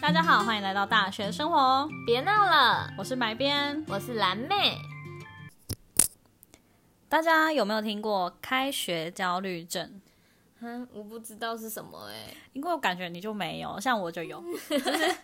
大家好，欢迎来到大学生活，别闹了，我是白边。我是蓝妹。大家有没有听过开学焦虑症？嗯，我不知道是什么哎、因为我感觉你就没有，像我就有， 就是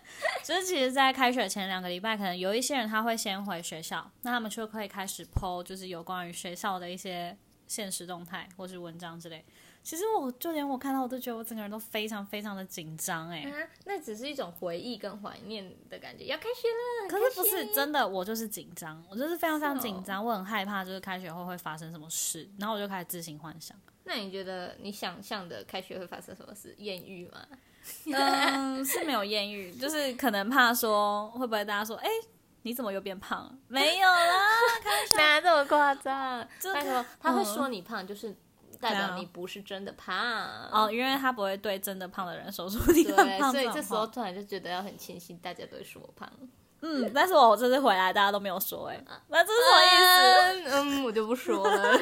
就是其实，在开学前两个礼拜，可能有一些人他会先回学校，那他们就会开始 PO 就是有关于学校的一些现实动态或是文章之类。其实我就连我看到我都觉得我整个人都非常非常的紧张哎、啊，那只是一种回忆跟怀念的感觉。要开学了，可很是开不是心真的，我就是紧张，我就是非常非常是哦紧张，我很害怕，就是开学后会发生什么事，然后我就开始自行幻想。那你觉得你想象的开学会发生什么事？艳遇吗？嗯，是没有艳遇，就是可能怕说会不会大家说，哎、你怎么又变胖了？没有啦， 哪这么夸张？拜托，他会嗯说你胖，就是代对啊表你不是真的胖哦，。因为他不会对真的胖的人说出你很对，胖所以种这时话候突然就觉得要很庆幸，大家都会说我胖。嗯，但是我这次回来大家都没有说、哎，那这是什么意思？ 嗯嗯，我就不说了。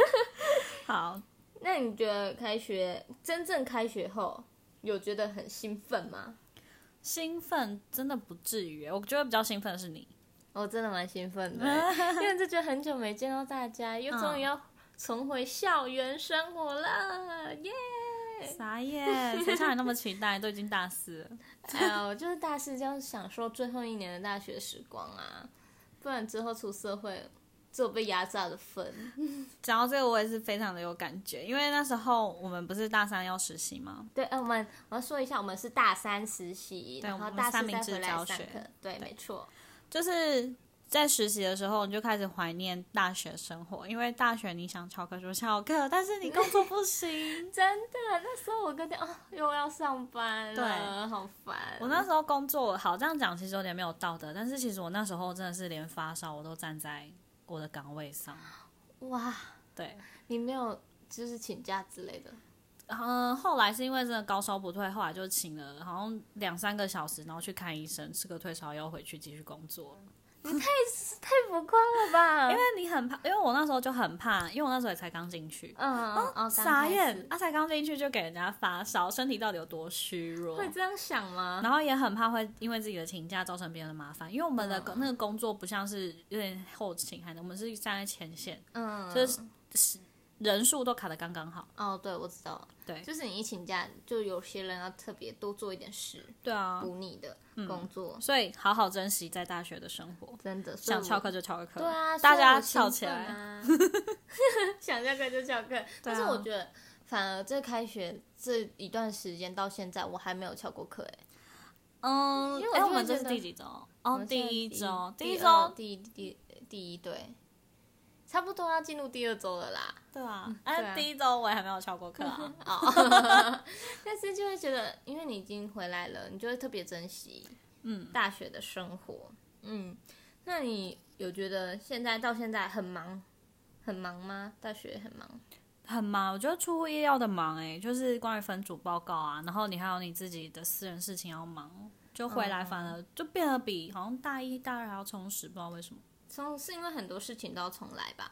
好， 那你觉得开学真正开学后，有觉得很兴奋吗？兴奋真的不至于、我觉得比较兴奋的是你，我真的蛮兴 奋的欸，因为就觉得很久没见到大家，又嗯终于要重回校园生活了， 耶！啥耶？谁像你那么期待？ 都已经大四了，哎呀，我就是大四就要享受最后一年的大学时光啊，不然之后出社会只有被压榨的份。 讲到这个我也是非常的有感觉，因为那时候我们不是大三要实习吗？对，哎、我们我要说一下，我们是大三实习，对然后我们大三四明再治回来教上学课，对，没错，。就是在实习的时候，你就开始怀念大学生活，因为大学你想翘课就呃翘课，但是你工作不行真的，那时候我跟你哦，又要上班了，对好烦。我那时候工作好，这样讲其实有点没有道德，但是其实我那时候真的是连发烧我都站在我的岗位上。哇，对，你没有就是请假之类的，嗯，后来是因为真的高烧不退，后来就请了好像两三个小时，然后去看医生，吃个退烧药回去继续工作。太浮夸了吧？因为那你很哦怕，因为我那时候就很怕，因为我那时候也才刚进去，嗯嗯嗯，哦傻刚开眼始，啊，才刚进去就给人家发烧，身体到底有多虚弱？会这样想吗？然后也很怕会因为自己的请假造成别人的麻烦，因为我们的嗯工那个工作不像是有点后勤还能，我们是站在前线，嗯，就是人数都卡的刚刚好。哦，对，我知道了，对就是你一请假，就有些人要特别多做一点事，对啊，嗯补你的工作，所以好好珍惜在大学的生活，真的想翘。所以课就翘课，我对啊，大家所以翘我兴起奋来。啊！ 想翘课就翘课，但是 对啊我觉得，反而这开学这一段时间到现在，我还没有翘过课哎。嗯，因为我哎，就我们会这觉是得第几周？我哦，们第现在一周，第一二周，第一第第一对，差不多要进入第二周了啦。对啊，对哎，啊第一周我也还没有翘过课 啊。哦， 但是就会觉得，因为你已经回来了，你就会特别珍惜，嗯，大学的生活，嗯，那你有觉得现在到现在很忙，很忙吗？大学很忙，很忙，我觉得出乎意料的忙诶、就是关于分组报告啊，然后你还有你自己的私人事情要忙，就回嗯来反而就变得比好像大一大二还要充实，不知道为什么。从是因为很多事情都要重来吧，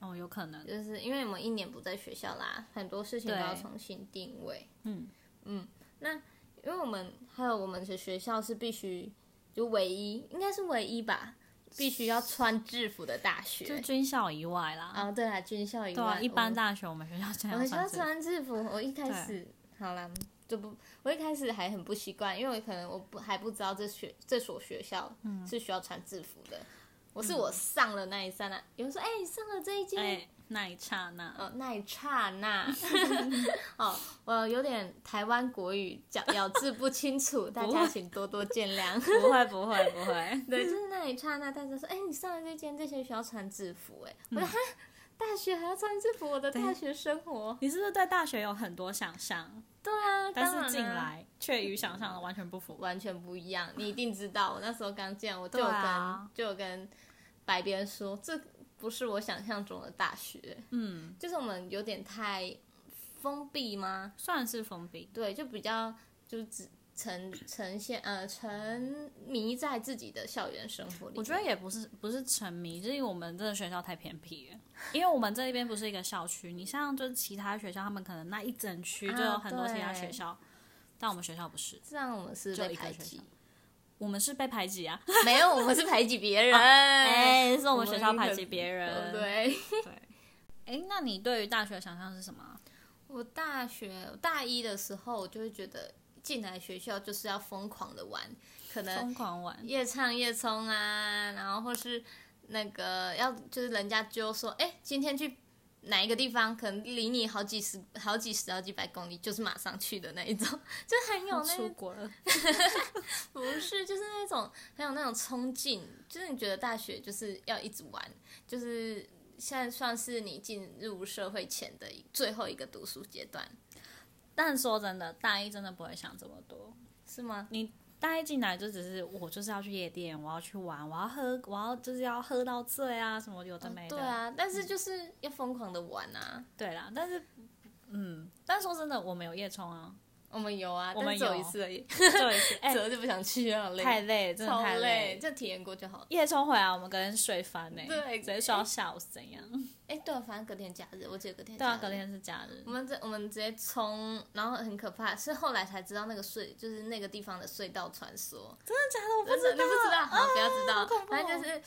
哦，有可能，就是因为我们一年不在学校啦，很多事情都要对重新定位。嗯嗯，那因为我们还有我们的学校是必须就唯一，应该是唯一吧，必须要穿制服的大就学。军校以外啦。啊、对啊，军校以对啊，外，一般我大学我们学校这我样很喜算欢是。穿制服。我一开始好啦，就不，我一开始还很不习惯，因为我可能我不还不知道这学这所学校嗯是需要穿制服的。我是我上了那一刹那，有人说：“哎、你上了这一间。哎、那一刹那，哦，那一刹那， 哦，我有点台湾国语讲咬字不清楚，大家请多多见谅。不会不会不会， 对，就是那一刹那，大家说，哎、你上了这间这些学校穿制服、哎，嗯我说哈，大学还要穿制服，我的大学生活，你是不是对大学有很多想象，对啊，但当是然进啊来却与想象的完全不符？完全不一样，你一定知道，我那时候刚见，我就有对跟、啊就有跟白边说，这不是我想象中的大学，嗯，就是我们有点太封闭吗？算是封闭。对，就比较就只呈呈现呃沉迷在自己的校园生活里面。我觉得也不是不是沉迷，就是因为我们这个学校太偏僻了。因为我们这边不是一个校区，你像就是其他学校，他们可能那一整区啊就有很多其他对学校，但我们学校不是。这样我们是就被一个排学挤校。我们是被排挤 啊， 没有，我们是排挤别人，哎、是我们学校一个排挤别人。对，哎，那你对于大学的想象是什么啊？我大学我大一的时候，我就会觉得进来学校就是要疯狂的玩，可能疯狂玩，夜唱夜冲啊，然后或是那个要就是人家就说，哎、今天去哪一个地方，可能离你好几十、好几十、好几百公里，就是马上去的那一种， 就很有那出种国了。不是，就是那种很有那种冲劲，就是你觉得大学就是要一直玩，就是现在算是你进入社会前的一最后一个读书阶段，但说真的，大一真的不会想这么多。是吗？你大一进来就只是我就是要去夜店，我要去玩，我要喝，我要就是要喝到醉啊，什么有的没的。嗯对啊，但是就是要疯狂的玩啊。对啦，但是嗯，但说真的，我们有夜冲 啊，我们有啊，我们但只有有一次 而已，对，哎、之后就不想去了，好累，太累，真的超太累，就体验过就好了。夜冲回来，我们隔天睡翻呢、对直接睡到下午是怎 样？哎、对、啊，反正隔天假日，我记得隔天对啊，假日隔天是假日我，们这我们直接冲，然后很可怕，是后来才知道那个隧，就是那个地方的隧道传说。真的假的？我不知道，你不知道，好，不要知道。恐怖哦反正就是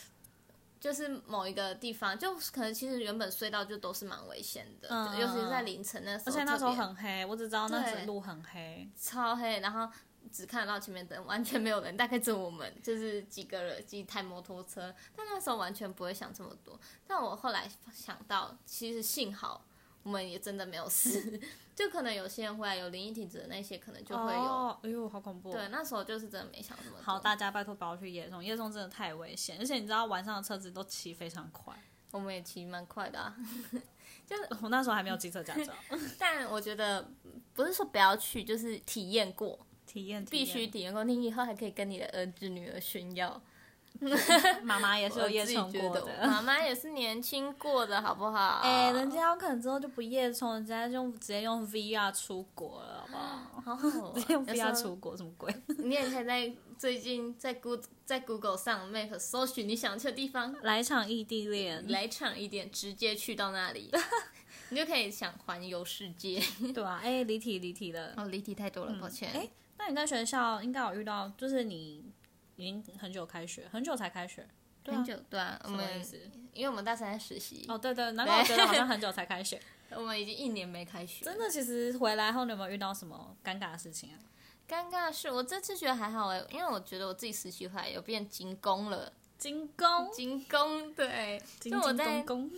就是某一个地方，就可能其实原本隧道就都是蛮危险的，嗯就尤其是在凌晨那时而候，且那时候特别很黑，我只知道那对时路很黑。超黑，然后只看得到前面灯，完全没有人，大概只有我们就是几个人几台摩托车，但那时候完全不会想这么多。但我后来想到，其实幸好我们也真的没有事， 就可能有些人会来有灵异体质的那些，可能就会有。哦，哎呦，好恐怖！对，那时候就是真的没想这么多。好，大家拜托不要去夜冲，夜冲真的太危险，而且你知道晚上的车子都骑非常快。我们也骑蛮快的、啊， 我那时候还没有机车驾照，但我觉得不是说不要去，就是体验过，体验体必验须体验过，你以后还可以跟你的儿子女儿炫耀。妈妈也是有夜自己冲觉过得，的。妈妈也是年轻过的，好不好？哎、人家有可能之后就不夜冲，人家用直接用 VR 出国了，好不好？好 好玩直接用哦有时候 VR 出国，什么鬼？ 你也可以在最近在 Google 在 Google 上 Map 搜寻你想去的地方，来一场异地恋，来场一点，直接去到那 里，你就可以想环游世界。对啊，哎、离题离题了。哦， 离题太多了，抱歉。哎那你在学校应该有遇到，就是你已经很久开学，很久才开学，对啊很久对啊，我什么意们思？因为我们大三在实习，哦，对对，难怪我觉得好像很久才开学。我们已经一年没开学。真的，其实回来后你有没有遇到什么尴尬的事情啊？尴尬的是，我这次觉得还好哎，因为我觉得我自己实习回来有变精工了，进攻，精工对，进就我在进攻，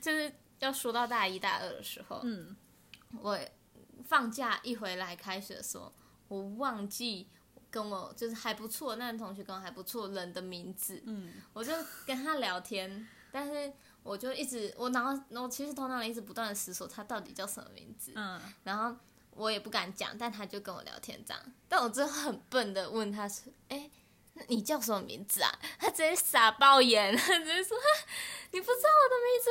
就是要说到大一大二的时候，嗯，我放假一回来开学的时候，我忘记跟我就是还不错那个同学跟我还不错人的名字，嗯，我就跟他聊天，但是我就一直我脑我其实头脑里一直不断的思索他到底叫什么名字，嗯，然后我也不敢讲，但他就跟我聊天这样，但我最后很笨的问他说：“哎，那你叫什么名字啊？”他直接傻爆眼，他直接说：“ 哈你不知道我的名字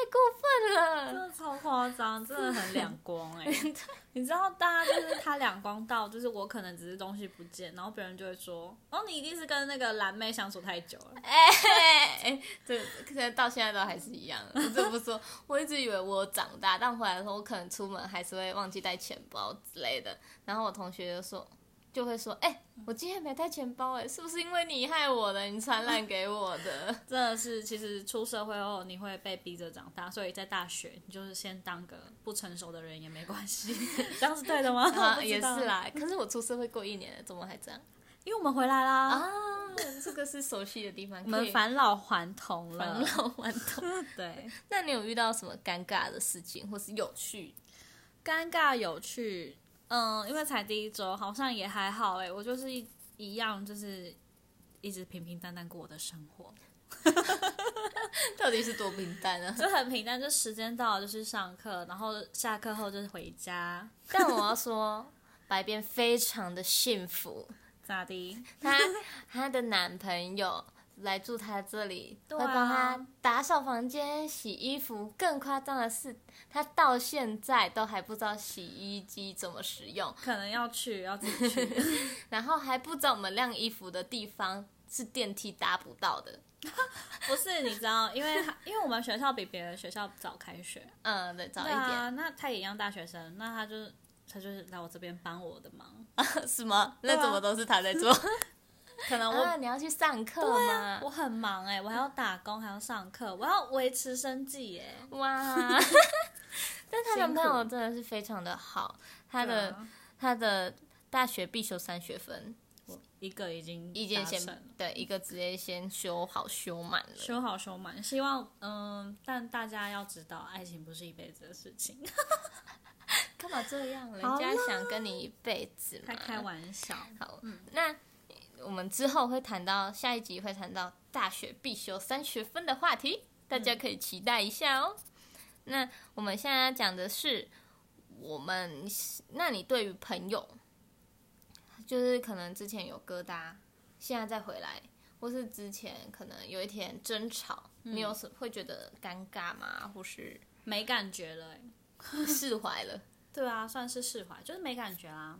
会不会太过分真了的超夸张，真的很两光哎、 你知道，大家就是他两光到，就是我可能只是东西不见，然后别人就会说，哦，你一定是跟那个蓝妹相处太久了？”。哎、哎， 这可能到现在都还是一样。我这不说，我一直以为我长大，但回来的时候我可能出门还是会忘记带钱包之类的。然后我同学就说。就会说，哎、我今天没带钱包、哎，是不是因为你害我的？你传染给我的？真的是，其实出社会后你会被逼着长大，所以在大学你就是先当个不成熟的人也没关 系，这样是对的吗？我啊，不知也道是，啦。可是我出社会过一年了，怎么还这样因为我们回来啦，啊？这个是熟悉的地方，我可们以返老还童了，返老还童。对， 那你有遇到什么尴尬的事情，或是有趣？尴尬有趣，嗯，因为才第一周，好像也还好哎、我就是一一样，就是一直平平淡淡过我的生活，到底是多平淡啊？就很平淡，就时间到了就是上课，然后下课后就是回家， 但我要说，白边非常的幸福，咋 的？ 她她的男朋友。来住她这里，对啊会帮她打扫房间、洗衣服。更夸张的是，她到现在都还不知道洗衣机怎么使用，可能要去，要自己去。然后还不知道我们晾衣服的地方是电梯达不到的。不是，你知道，因为因为我们学校比别的学校早开学，嗯，对，早一对点、啊，那他也一样大学生，那他就是他就是来我这边帮我的忙，是吗？那啊 怎么都是他在做？可能我、啊，你要去上课吗？我很忙哎、我还要打工，还要上课，我要维持生计哎、哇！ 但她男朋友真的是非常的好，她对的、啊她的大学必修三学分，我一个已经一件达先成了对一个直接先修好修满了。修好修满，希望嗯，但大家要知道，爱情不是一辈子的事情，干嘛这样？人好家啦想跟你一辈子嘛。开开玩 笑。好，那我们之后会谈到下一集会谈到大学必修三学分的话题，大家可以期待一下哦。那我们现在讲的是我们，那你对于朋友，就是可能之前有疙瘩，现在再回来，或是之前可能有一天争吵，你有什会觉得尴尬吗？或是没感觉了、欸，释怀了？对啊，算是释怀，就是没感觉啦。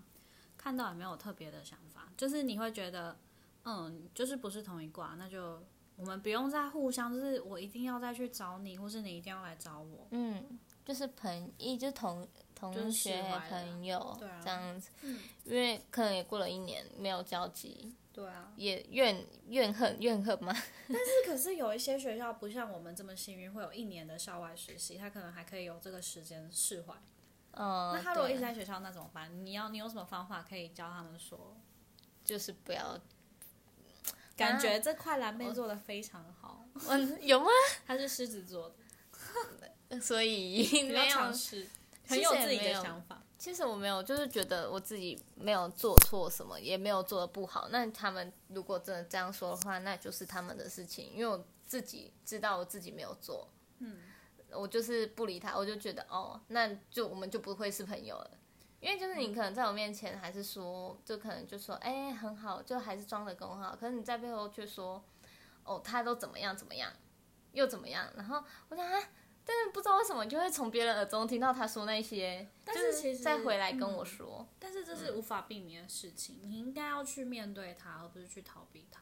看到也没有特别的想法，就是你会觉得，嗯，就是不是同一卦，那就我们不用再互相，就是我一定要再去找你，或是你一定要来找我。嗯，就是朋一就同就是同释学怀了朋友对啊这样子，因为可能也过了一年没有交集，对啊，也怨怨恨怨恨吗？但是可是有一些学校不像我们这么幸运，会有一年的校外实习，他可能还可以有这个时间释怀。嗯， 那他如果一直对在学校，那怎么办？你要你有什么方法可以教他们说？就是不要，感觉这块蓝妹做的非常好， 嗯，有吗？她是狮子座 的，所以比较没有尝，试，很有其实也自己的没有想法。其实我没有，就是觉得我自己没有做错什么，也没有做的不好。那他们如果真的这样说的话，那就是他们的事情，因为我自己知道我自己没有做，嗯，我就是不理他，我就觉得哦，那就我们就不会是朋友了。因嗯为就是你可能在我面前还是说，就可能就说，哎、很好，就还是装的很好。可是你在背后却说，哦，他都怎么样怎么样，又怎么样。然后我想啊，但是不知道为什么，你就会从别人耳中听到他说那些，但就是其实嗯再回来跟我说，但是这是无法避免的事情，你应该要去面对它，而不是去逃避它。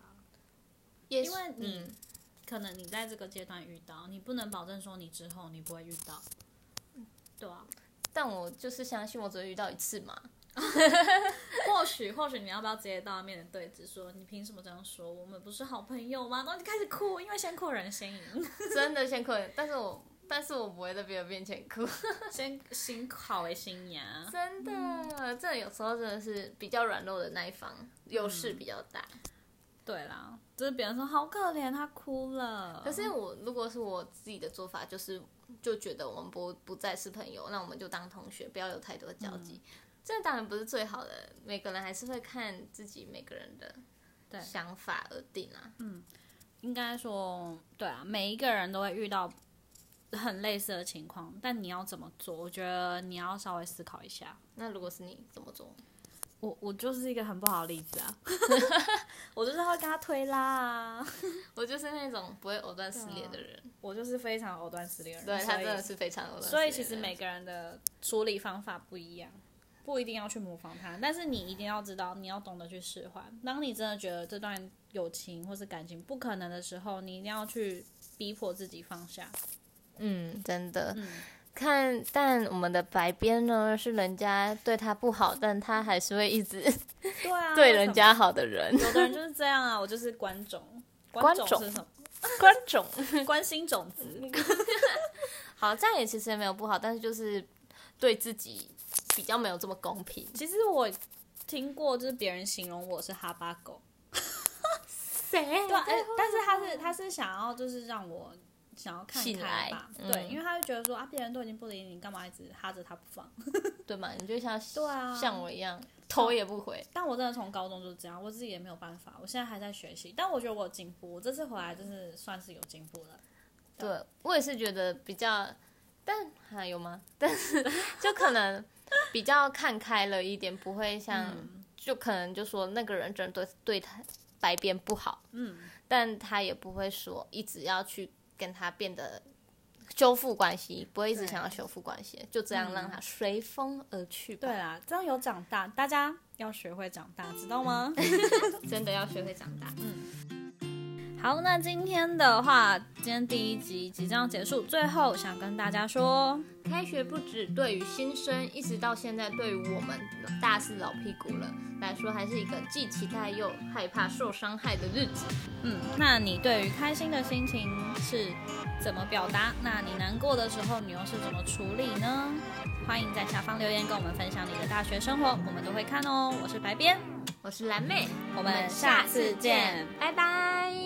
也因为你嗯可能你在这个阶段遇到，你不能保证说你之后你不会遇到。对啊，但我就是相信我只会遇到一次嘛。或许或许你要不要直接到他面前对峙说，你凭什么这样说？我们不是好朋友吗？然后你开始哭，因为先哭人先赢，真的先困， 但是我但是我不会在别人面前哭， 先心啊好为新娘。真的，真的有时候真的是比较软弱的那一方优势比较大。对啦，就是别人说好可怜，他哭了。可是我如果是我自己的做法，就是就觉得我们不不再是朋友，那我们就当同学，不要有太多的交集。这当然不是最好的，每个人还是会看自己每个人的想法而定啊。应该说，对啊，每一个人都会遇到很类似的情况，但你要怎么做？我觉得你要稍微思考一下。那如果是你怎么做？我我就是一个很不好的例子啊， 我就是会跟他推拉啊，我就是那种不会藕断丝连的人，我就是非常藕断丝连的对,、啊人，他所以真的是非常藕断丝连的人。所以其实每个人的处理方法不一样，不一定要去模仿他，但是你一定要知道，你要懂得去释怀。当你真的觉得这段友情或是感情不可能的时候，你一定要去逼迫自己放下。嗯，真的。看，但我们的白边呢，是人家对他不好，但他还是会一直对啊，对为什人么家好 的人，有的人就是这样啊，我就是观种，观种种是什么？观众。关心种子。好，这样也其实也没有不好，但是就是对自己比较没有这么公平。其实我听过，就是别人形容我是哈巴狗，谁？对、啊，哎但是他是他是想要就是让我想要看信开赖吧，嗯对，因为他就觉得说啊，别人都已经不理你，你干嘛一直哈着他不放？ 对嘛？你就像对啊像我一样，头也不回。但我真的从高中就是这样，我自己也没有办法，我现在还在学习，但我觉得我有进步，我这次回来就是算是有进步了。对对我也是觉得比较，但还、有吗？ 但是就可能比较看开了一点，不会像、嗯就可能就说那个人真的对对他白边不好，嗯，但他也不会说一直要去跟他变得修复关系，不会一直对想要修复关系，就这样让他随风而去吧。对啊啦，这样有长大，大家要学会长大，知道吗？真的要学会长大。 好，那今天的话，今天第一集即将结束，最后想跟大家说，开学不止对于新生，一直到现在对于我们大四老屁股了来说，还是一个既期待又害怕受伤害的日子。嗯，那你对于开心的心情是怎么表达？那你难过的时候，你又是怎么处理呢？欢迎在下方留言跟我们分享你的大学生活，我们都会看哦。我是白边，我是蓝妹，我们下次见，拜拜。